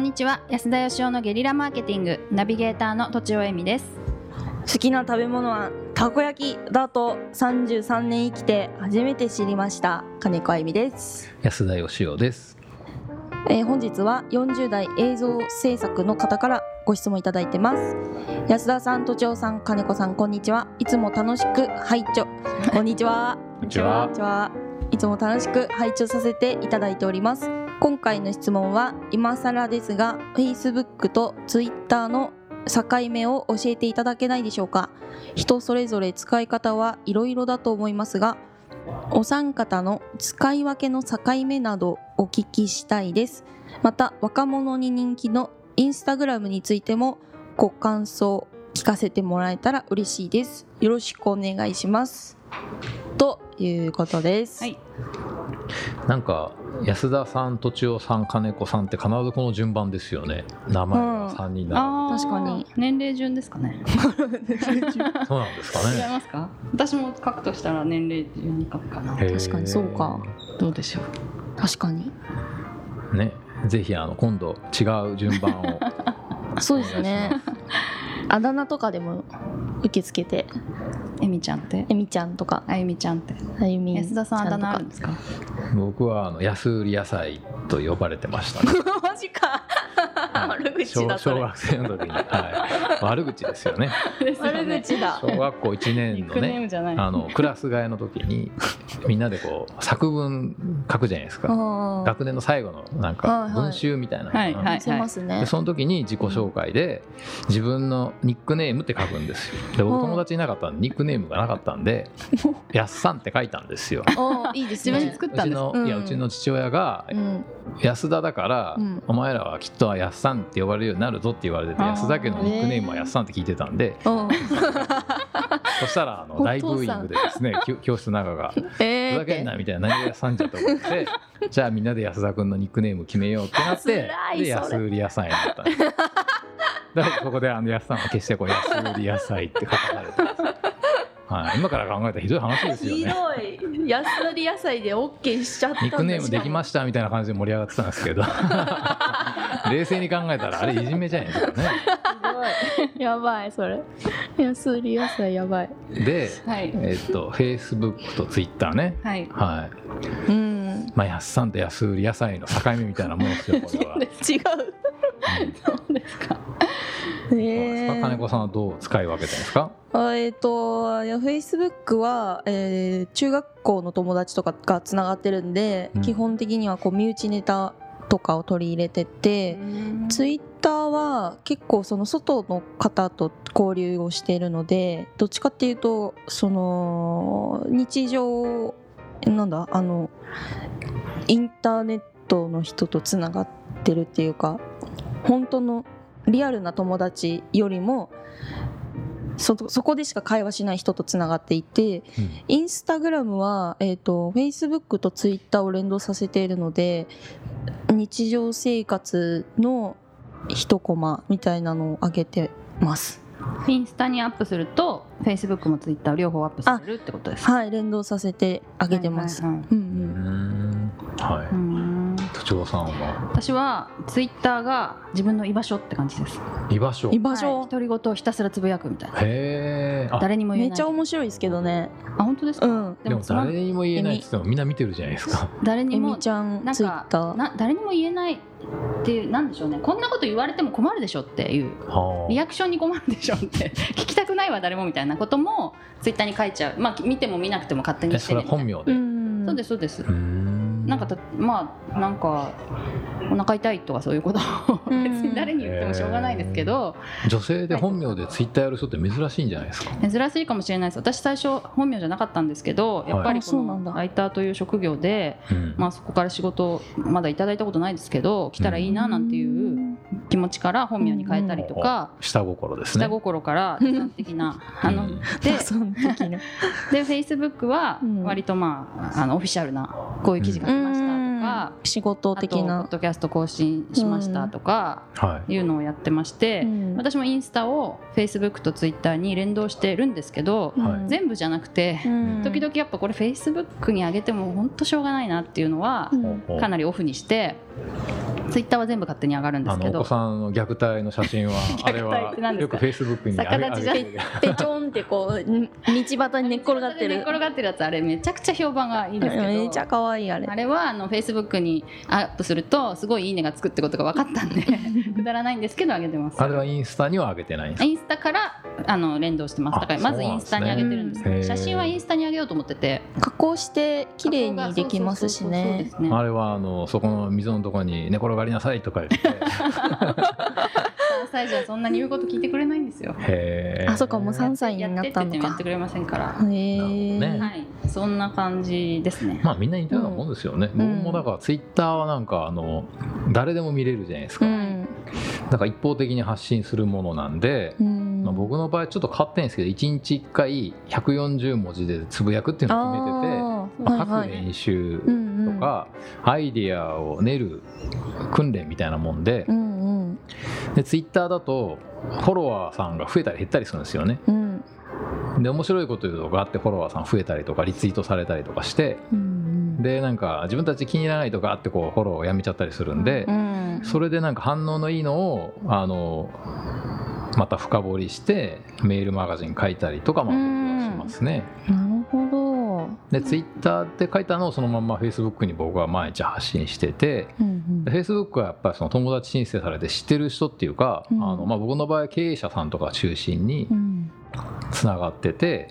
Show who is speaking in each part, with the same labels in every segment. Speaker 1: にちは安田義生のゲリラマーケティングナビゲーターの土地尾恵美です
Speaker 2: 好きな食べ物はたこ焼きだと33年生きて初めて知りました金子あゆみです、
Speaker 3: 安田義雄です。
Speaker 2: えー本日は40代映像制作の方からご質問いただいてます安田さん都庁さん金子さんこんにちはいつも楽しく拝聴こんにちは
Speaker 3: こんにちは
Speaker 2: こんにちはいつも楽しく拝聴させていただいております今回の質問は今更ですが Facebook と Twitter の境目を教えていただけないでしょうか人それぞれ使い方はいろいろだと思いますがお三方の使い分けの境目などお聞きしたいですまた若者に人気のインスタグラムについてもご感想聞かせてもらえたら嬉しいですよろしくお願いしますということです、
Speaker 1: はい
Speaker 3: なんか安田さん、栃尾さん、金子さんって必ずこの順番ですよね。名前
Speaker 2: うん
Speaker 3: が三人並んで
Speaker 1: あー
Speaker 2: 確かに
Speaker 1: 年齢順ですかね
Speaker 3: る。そうなんですか
Speaker 1: 違い
Speaker 3: ね。
Speaker 1: ますか私も書くとしたら年齢順に書くかな
Speaker 3: へー
Speaker 2: 確かにそうか。
Speaker 1: どうでしょう
Speaker 2: 確かに
Speaker 3: ね、ぜひあの今度違う順番を
Speaker 2: そうですねあだ名とかでも受け付けて
Speaker 1: えみちゃんって
Speaker 2: えみちゃんとか
Speaker 1: あゆみちゃんって
Speaker 2: あゆみ
Speaker 1: 安田さんあだ名あるんですか
Speaker 3: 僕はあの安売り野菜と呼ばれてました、ね。
Speaker 2: マジ か 悪口だ
Speaker 3: 小
Speaker 2: そ
Speaker 3: 小
Speaker 2: れ
Speaker 3: 学生の時に、はい、悪口ですよね。
Speaker 2: 悪口だ
Speaker 3: 小学校一
Speaker 1: ニ
Speaker 3: 年
Speaker 1: ッ
Speaker 3: の
Speaker 1: クネー
Speaker 3: ね。
Speaker 1: ムじゃない
Speaker 3: あのクラス替えの時にみんなでこう作文書くじゃないですか
Speaker 2: あ
Speaker 3: 学年の最後のな
Speaker 2: は
Speaker 3: んか
Speaker 2: いはい
Speaker 3: 文集みたいなのかな、
Speaker 1: はいはい
Speaker 2: あせますね
Speaker 3: でその時に自己紹介で自分のニックネームって書くんですよで
Speaker 2: うん
Speaker 3: 僕友達いなかったんでニックネームがなかったん で「やっさん」って書いたんですよ
Speaker 2: おーいいで
Speaker 1: 自
Speaker 2: すね
Speaker 1: 分で作ったんです
Speaker 3: うちのいや
Speaker 2: うん
Speaker 3: うちの父親が
Speaker 2: うん
Speaker 3: 「安田だから、
Speaker 2: うん
Speaker 3: お前らはきっとはやっさんって呼ばれるようになるぞ」って言われてて
Speaker 1: あー
Speaker 3: 安田家のニックネームはやっさんって聞いてたんで
Speaker 2: うん
Speaker 3: そしたらあ
Speaker 2: お
Speaker 3: の
Speaker 2: 父さん
Speaker 3: 大ブーイングでですねきょ教室の中が「
Speaker 2: え
Speaker 3: ふ
Speaker 2: ー
Speaker 3: ざ
Speaker 2: っ
Speaker 3: けん
Speaker 2: て
Speaker 3: な」みたいな「何がやっさんじゃ」と思っ てじゃあみんなで安田君のニックネーム決めようってなって
Speaker 2: 辛い
Speaker 3: で
Speaker 2: それ
Speaker 3: 安売り野菜になったん ですだからそこであの安さんは決してこう安売り野菜って書かされてます、はい、今から考えたらひどい話ですよ
Speaker 2: ひ
Speaker 3: ね
Speaker 2: どい安売り野菜で OK しちゃったんだ
Speaker 3: ニックネームできましたみたいな感じで盛り上がってたんで すけど冷静に考えたらあれいじめじゃないですかね
Speaker 2: しかもやばいそれ安売り野菜やばい
Speaker 3: で
Speaker 1: はい
Speaker 3: えっとフェイスブックとツイッターね
Speaker 1: はい
Speaker 3: は
Speaker 2: う
Speaker 3: い
Speaker 2: ん
Speaker 3: まあ安さんと安売り野菜の境目みたいなものですよこれは、
Speaker 2: 違う
Speaker 3: うん
Speaker 1: そうですか
Speaker 3: そうなんです
Speaker 2: え
Speaker 3: か金
Speaker 2: ー
Speaker 3: 子さんはどう使い分けてるんですか
Speaker 2: あえっ、といやフェイスブックは、えー中学校の友達とかがつながってるんで、
Speaker 3: うん
Speaker 2: 基本的にはこう身内ネタとかを取り入れてて、ツイッターは結構その外の方と交流をしているのでどっちかっていうとその日常なんだあのインターネットの人とつながってるっていうか本当のリアルな友達よりもそそこでしか会話しない人とつながっていてインスタグラムは、えー、と Facebook と Twitter を連動させているので日常生活の一コマみたいなのを上げてます
Speaker 1: インスタにアップするとフェイスブックもツイッター両方アップされるってことです
Speaker 2: はい連動させて上げてます、
Speaker 1: はいはいはい
Speaker 2: うん
Speaker 3: うーんは
Speaker 1: うー
Speaker 3: い。
Speaker 1: ん
Speaker 3: 都庁さんは
Speaker 1: 私はツイッターが自分の居場所って感じです
Speaker 3: 居場所。
Speaker 2: うん居
Speaker 3: へ
Speaker 2: 場所、
Speaker 1: はい独り言をひたすらつぶやくみたいな
Speaker 3: え。あ
Speaker 1: 誰にも言え
Speaker 2: めっ
Speaker 1: ない
Speaker 2: ちゃ面白いですけどね
Speaker 1: あ本当です
Speaker 2: う
Speaker 1: か、
Speaker 2: ん
Speaker 3: でも
Speaker 1: つまん
Speaker 3: 誰にも言えないって言ってもみんな見てるじゃないですか。
Speaker 1: 誰
Speaker 2: え
Speaker 1: に
Speaker 2: み
Speaker 1: も
Speaker 2: ちゃん
Speaker 1: なんか
Speaker 2: Twitter
Speaker 1: な誰にも言えないっていうなんでしょうねこんなこと言われても困るでしょっていう
Speaker 3: は
Speaker 1: リ
Speaker 3: あ。
Speaker 1: アクションに困るでしょって 聞きたくないわ誰もみたいなこともツイッターに書いちゃうまあ見ても見なくても勝手
Speaker 3: え
Speaker 1: にして
Speaker 3: そ
Speaker 1: ね
Speaker 3: れは
Speaker 1: みたいな
Speaker 2: う
Speaker 3: 本名で。うん
Speaker 1: そうですそうです
Speaker 3: ーん
Speaker 1: なんかたまあなんかお腹痛いとかそういうことを別
Speaker 2: うん
Speaker 1: に誰に言ってもしょうがないですけど
Speaker 3: 女性で本名でツイッターやる人って珍しいんじゃないですか。
Speaker 1: 珍しいかもしれないです私最初本名じゃなかったんですけどやっぱ
Speaker 2: あ
Speaker 1: り
Speaker 2: そ
Speaker 1: こ
Speaker 2: うなんだ
Speaker 1: のライターという職業で、
Speaker 3: うん
Speaker 1: まあ、そこから仕事まだいただいたことないですけど来たらいいななんていう気持ちから本名に変えたりとか
Speaker 3: 下心ですね。
Speaker 1: 下心 から打算的なあ
Speaker 3: う
Speaker 1: の
Speaker 3: ん
Speaker 1: で
Speaker 2: その時の
Speaker 1: でフェイスブックは
Speaker 2: うん
Speaker 1: 割とまああのオフィシャルなこういう記事書きましたとか。
Speaker 2: 仕事
Speaker 1: あと
Speaker 2: 的
Speaker 1: ポッ
Speaker 2: な
Speaker 1: ドキャスト更新しましたとか、
Speaker 3: は
Speaker 1: いうのをやってまして、
Speaker 2: うん
Speaker 1: 私もインスタを Facebook と Twitter に連動してるんですけど、
Speaker 3: はい
Speaker 2: うん
Speaker 1: 全部じゃなくて、
Speaker 2: うん
Speaker 1: 時々やっぱこれ Facebook に上げても本当しょうがないなっていうのは、
Speaker 2: う
Speaker 3: い。
Speaker 2: ん
Speaker 3: ほうほう
Speaker 1: かなりオフにしてツイッターは全部勝手に上がるんで
Speaker 3: あ
Speaker 1: す
Speaker 3: の
Speaker 1: け
Speaker 3: お子
Speaker 1: ど。
Speaker 3: さんの虐待の写真はあれ
Speaker 1: 虐待
Speaker 3: は
Speaker 1: って何で
Speaker 3: よ
Speaker 1: すか
Speaker 3: くフェイスブックにあげ
Speaker 1: 逆立ちじゃ
Speaker 3: あげてる
Speaker 2: ペチョンってこう道端に寝っ転がって
Speaker 1: 寝っ
Speaker 2: る
Speaker 1: 転がってるやつあれめちゃくちゃ評判がいいんですけど。
Speaker 2: めちゃ可愛いあれ
Speaker 1: あれはあのフェイスブックにアップするとすごいいいねがつくってことが分かったんで くだらないんですけど上げてます
Speaker 3: あれはインスタにはあげてないんです
Speaker 1: インスタからあの連動してますだから
Speaker 3: あ
Speaker 1: まずインスタに上げてるんですけ
Speaker 3: そうなん
Speaker 1: ど
Speaker 3: ですね
Speaker 1: 写真はインスタに上げようと思ってて
Speaker 2: 加工して綺麗にできますしね
Speaker 1: そうそうそうそうです
Speaker 3: あれはあのそこの溝のとこに寝転がりなさいとか言 って
Speaker 1: 3歳じゃそんなに言うこと聞いてくれないんですよ
Speaker 3: へー
Speaker 2: あそうかもう3歳
Speaker 1: や
Speaker 2: に
Speaker 1: っ
Speaker 2: な
Speaker 1: て
Speaker 2: っ
Speaker 1: って
Speaker 2: た
Speaker 1: 言って
Speaker 2: の
Speaker 1: もやっ
Speaker 2: か
Speaker 1: てくれませんから、
Speaker 2: へえ、
Speaker 3: なるほどね
Speaker 1: はいそんな感じですね、
Speaker 3: まあみんな似たようなもんですよね、
Speaker 2: ん
Speaker 3: 僕もだからツイッターはなんかあの誰でも見れるじゃないです
Speaker 2: う
Speaker 3: か、
Speaker 2: ん、
Speaker 3: なんか一方的に発信するものなんで、
Speaker 2: うん
Speaker 3: まあ、僕の場合ちょっと勝手にですけど1日1回140文字でつぶやくっていうのを決めてて
Speaker 2: あー
Speaker 3: まあ
Speaker 2: は
Speaker 3: 書く
Speaker 2: いはい
Speaker 3: 練習
Speaker 2: うんう
Speaker 3: と
Speaker 2: ん
Speaker 3: か、アイディアを練る訓練みたいなもんで,、
Speaker 2: うんうん
Speaker 3: でツイッターだとフォロワーさんが増えたり減ったりするんですよね
Speaker 2: うん
Speaker 3: で面白いこと言うとガーってフォロワーさん増えたりとかリツイートされたりとかして
Speaker 2: うん
Speaker 3: でなんか自分たち気に入らないとガーってこうフォローをやめちゃったりするんで
Speaker 2: う、ん
Speaker 3: それでなんか反応のいいのをあのまた深掘りしてメールマガジン書いたりとかも
Speaker 2: うん
Speaker 3: しますね。
Speaker 2: なるほど、
Speaker 3: でツイッターで書いたのをそのまんまフェイスブックに僕は毎日発信してて。
Speaker 2: うん
Speaker 3: フェイスブックはやっぱりその友達申請されて知ってる人っていうか、
Speaker 2: うん
Speaker 3: あのまあ、僕の場合は経営者さんとか中心に
Speaker 2: うんうん、
Speaker 3: つながってて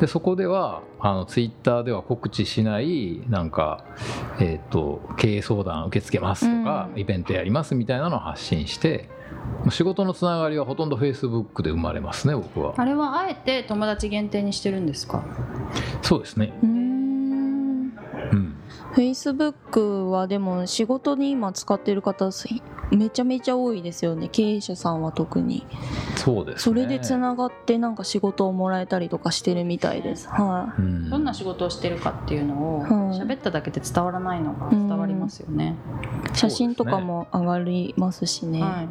Speaker 3: でそこではあのツイッターでは告知しないなんか、えー、と経営相談受け付けますとか、
Speaker 2: うん
Speaker 3: イベントやりますみたいなのを発信してもう仕事のつながりはほとんどフェイスブックで生まれますね僕は
Speaker 1: あれはあえて友達限定にしてるんですか
Speaker 3: そうですね、
Speaker 2: うーん
Speaker 3: うん、
Speaker 2: Facebook はでも仕事に今使ってる方すめちゃめちゃ多いですよね経営者さんは特に
Speaker 3: そうです、
Speaker 2: そ
Speaker 3: ね、
Speaker 2: れでつながってなんか仕事をもらえたりとかしてるみたいですは
Speaker 3: うん
Speaker 1: どんな仕事をしてるかっていうのを
Speaker 2: はい
Speaker 1: 喋っただけで伝わらないのが伝わりますよね。
Speaker 2: い写真とかも上がりますしね
Speaker 1: は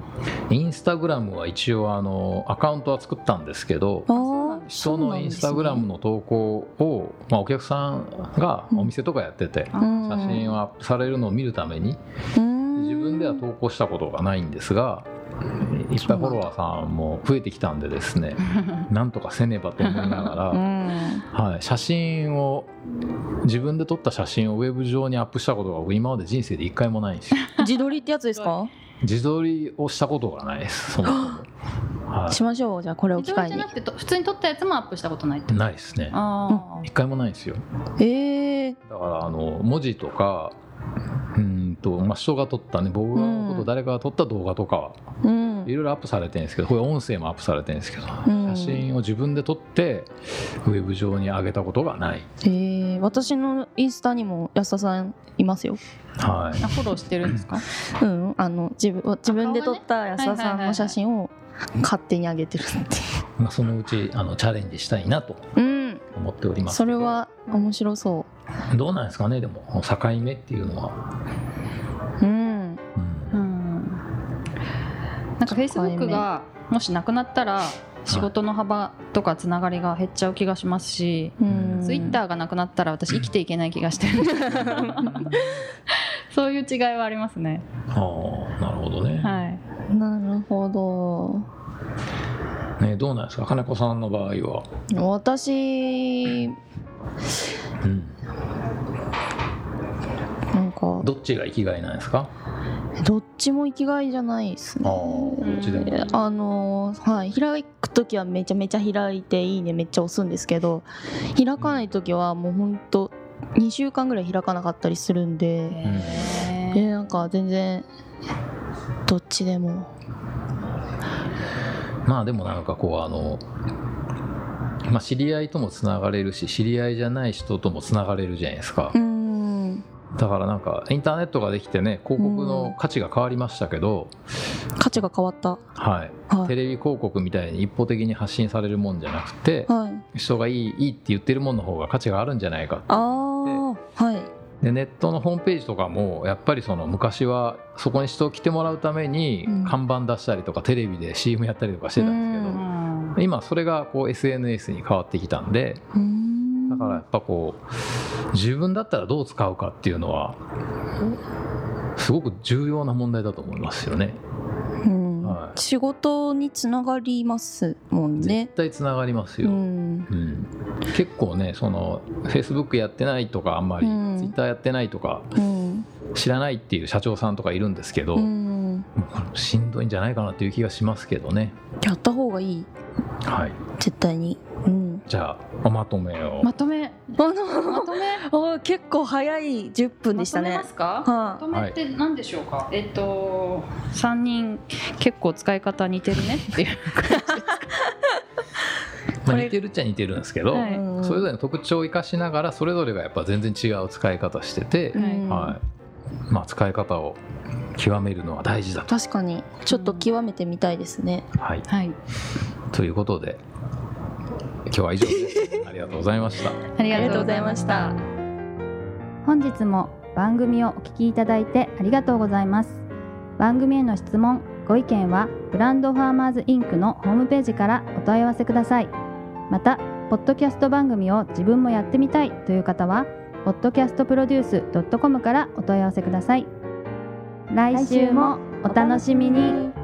Speaker 1: い、
Speaker 3: インスタグラムは一応あのアカウントは作ったんですけど
Speaker 2: あー
Speaker 3: 人のインスタグラムの投稿を、まあ、お客さんがお店とかやってて、
Speaker 2: うん
Speaker 3: 写真をアップされるのを見るために自分では投稿したことがないんですがいっぱいフォロワーさんも増えてきたんでですねなんとかせねばと思いな
Speaker 2: う
Speaker 3: が
Speaker 2: ん
Speaker 3: ら、はい、写真を自分で撮った写真をウェブ上にアップしたことが僕今まで人生で一回もないんですよ
Speaker 2: 自撮りってやつですか
Speaker 3: 自撮りをしたことがないですそもそも、は
Speaker 2: しましょうじゃあこれを
Speaker 1: 自
Speaker 2: 機
Speaker 1: 撮り
Speaker 2: 会
Speaker 1: じゃ
Speaker 2: に
Speaker 1: なくてと普通に撮ったやつもアップしたことないって
Speaker 3: い、
Speaker 1: こと。
Speaker 3: ないですね
Speaker 1: あ
Speaker 3: 一回もないんですよ
Speaker 2: ええ
Speaker 3: だからあの文字とかうーんと、まあ、人が撮ったね僕がのこと誰かが撮った動画とかは
Speaker 2: うん
Speaker 3: いろいろアップされてるんですけどこれ音声もアップされてるんですけど、
Speaker 2: ん
Speaker 3: 写真を自分で撮ってウェブ上に上げたことがない、
Speaker 2: えー、私のインスタにも安田さんいますよ。
Speaker 1: あ。
Speaker 3: は
Speaker 1: あフォローしてるんですか。
Speaker 2: うん、あの自分自分で撮った安田さんの写真を勝手に上げてるってい
Speaker 3: いまあ、そのうちあのチャレンジしたいなと
Speaker 2: う。うん、
Speaker 3: 思っております
Speaker 2: それは面白そ
Speaker 3: どうなんですかねでもこの境目っていうのは、
Speaker 2: う。うん、
Speaker 3: うん
Speaker 1: うん。なんかフェイスブックがもしなくなったら仕事の幅とかつながりが減っちゃう気がしますし、
Speaker 2: うん、
Speaker 1: ツイッターがなくなったら私生きていけない気がして る。そういう違いはありますね。
Speaker 3: ああなるほどね,、
Speaker 1: はい。
Speaker 2: ー。なるほど。
Speaker 3: ねどうなんですか金子さんの場合は、
Speaker 2: 私
Speaker 3: うん、
Speaker 2: なんか
Speaker 3: どっちが生きがいなんですか
Speaker 2: どっちも生きがいじゃないです
Speaker 3: ああ
Speaker 2: ね。
Speaker 3: どっちでも、
Speaker 1: うん
Speaker 2: あのーはい、開く時はめちゃめちゃ開いて「いいね」めっちゃ押すんですけど開かない時はもうほんと2週間ぐらい開かなかったりするんで、えーなんか全然どっちでも
Speaker 3: まあでもなんかこうあの、まあ、知り合いともつながれるし知り合いじゃない人ともつながれるじゃないですか
Speaker 2: うー、ん
Speaker 3: だからなんかインターネットができてね広告の価値が変わりましたけど、
Speaker 2: 価値が変わった
Speaker 3: はい、
Speaker 2: は
Speaker 3: テ
Speaker 2: い、
Speaker 3: レビ広告みたいに一方的に発信されるもんじゃなくて、
Speaker 2: はい、
Speaker 3: 人がいいいいって言ってるもんの方が価値があるんじゃないか
Speaker 2: あーはい
Speaker 3: でネットのホームページとかもやっぱりその昔はそこに人を来てもらうために
Speaker 2: うん
Speaker 3: 看板出したりとか、テレビで CM やったりとかしてたんですけ
Speaker 1: う
Speaker 3: ど、
Speaker 1: ん
Speaker 3: 今それがこう SNS に変わってきたんで、
Speaker 2: うーん
Speaker 3: だからやっぱこう自分だったらどう使うかっていうのはすごく重要な問題だと思いますよね。
Speaker 2: うん
Speaker 3: は
Speaker 2: 仕事につながりますもん
Speaker 3: い、
Speaker 2: ね
Speaker 3: 絶。対つながります
Speaker 2: う
Speaker 3: よ。
Speaker 2: ん
Speaker 3: うん、結構ねその Facebook やってないとかあんまり、
Speaker 2: うん
Speaker 3: Twitter やってないとか
Speaker 2: うん
Speaker 3: 知らないっていう社長さんとかいるんですけど、
Speaker 2: うん、
Speaker 3: もうこれしんどいんじゃないかなっていう気がしますけどね。
Speaker 2: やった方がいい
Speaker 3: はい、
Speaker 2: 絶対に。うん、
Speaker 3: じゃあおまとめを、
Speaker 1: まとめ
Speaker 2: あ
Speaker 1: ま
Speaker 2: の
Speaker 1: とめ
Speaker 2: あ結構早い10分でした
Speaker 1: まとめ
Speaker 2: ね
Speaker 1: ま。すか、ま
Speaker 2: は
Speaker 1: とめって何でしょうか、えっと3人結構使い方似てるねっていう
Speaker 3: ま
Speaker 2: こ
Speaker 3: あ
Speaker 2: れ
Speaker 3: 似てるっちゃ似てるんですけど、
Speaker 1: はい
Speaker 2: い、うん
Speaker 3: それぞれの特徴を生かしながらそれぞれがやっぱ全然違う使い方してて、
Speaker 2: うん
Speaker 3: はいまあ、使い方を極めるのは大事だと。
Speaker 2: 確かにちょっと極めてみたいですね。
Speaker 3: はい、
Speaker 1: はい
Speaker 3: ということで今日は以上です。ありがとうございました。
Speaker 1: あり
Speaker 2: あり
Speaker 1: が
Speaker 2: が
Speaker 1: とうご
Speaker 2: とう
Speaker 1: ざ
Speaker 2: ござ
Speaker 1: い
Speaker 2: い
Speaker 1: ま
Speaker 2: ま
Speaker 1: し
Speaker 2: したた。
Speaker 4: 本日も番組をお聞きいただいてありがとうございます番組への質問ご意見はブランドファーマーズインクのホームページからお問い合わせくださいまたポッドキャスト番組を自分もやってみたいという方は podcastproduce.com からお問い合わせください来週もお楽しみに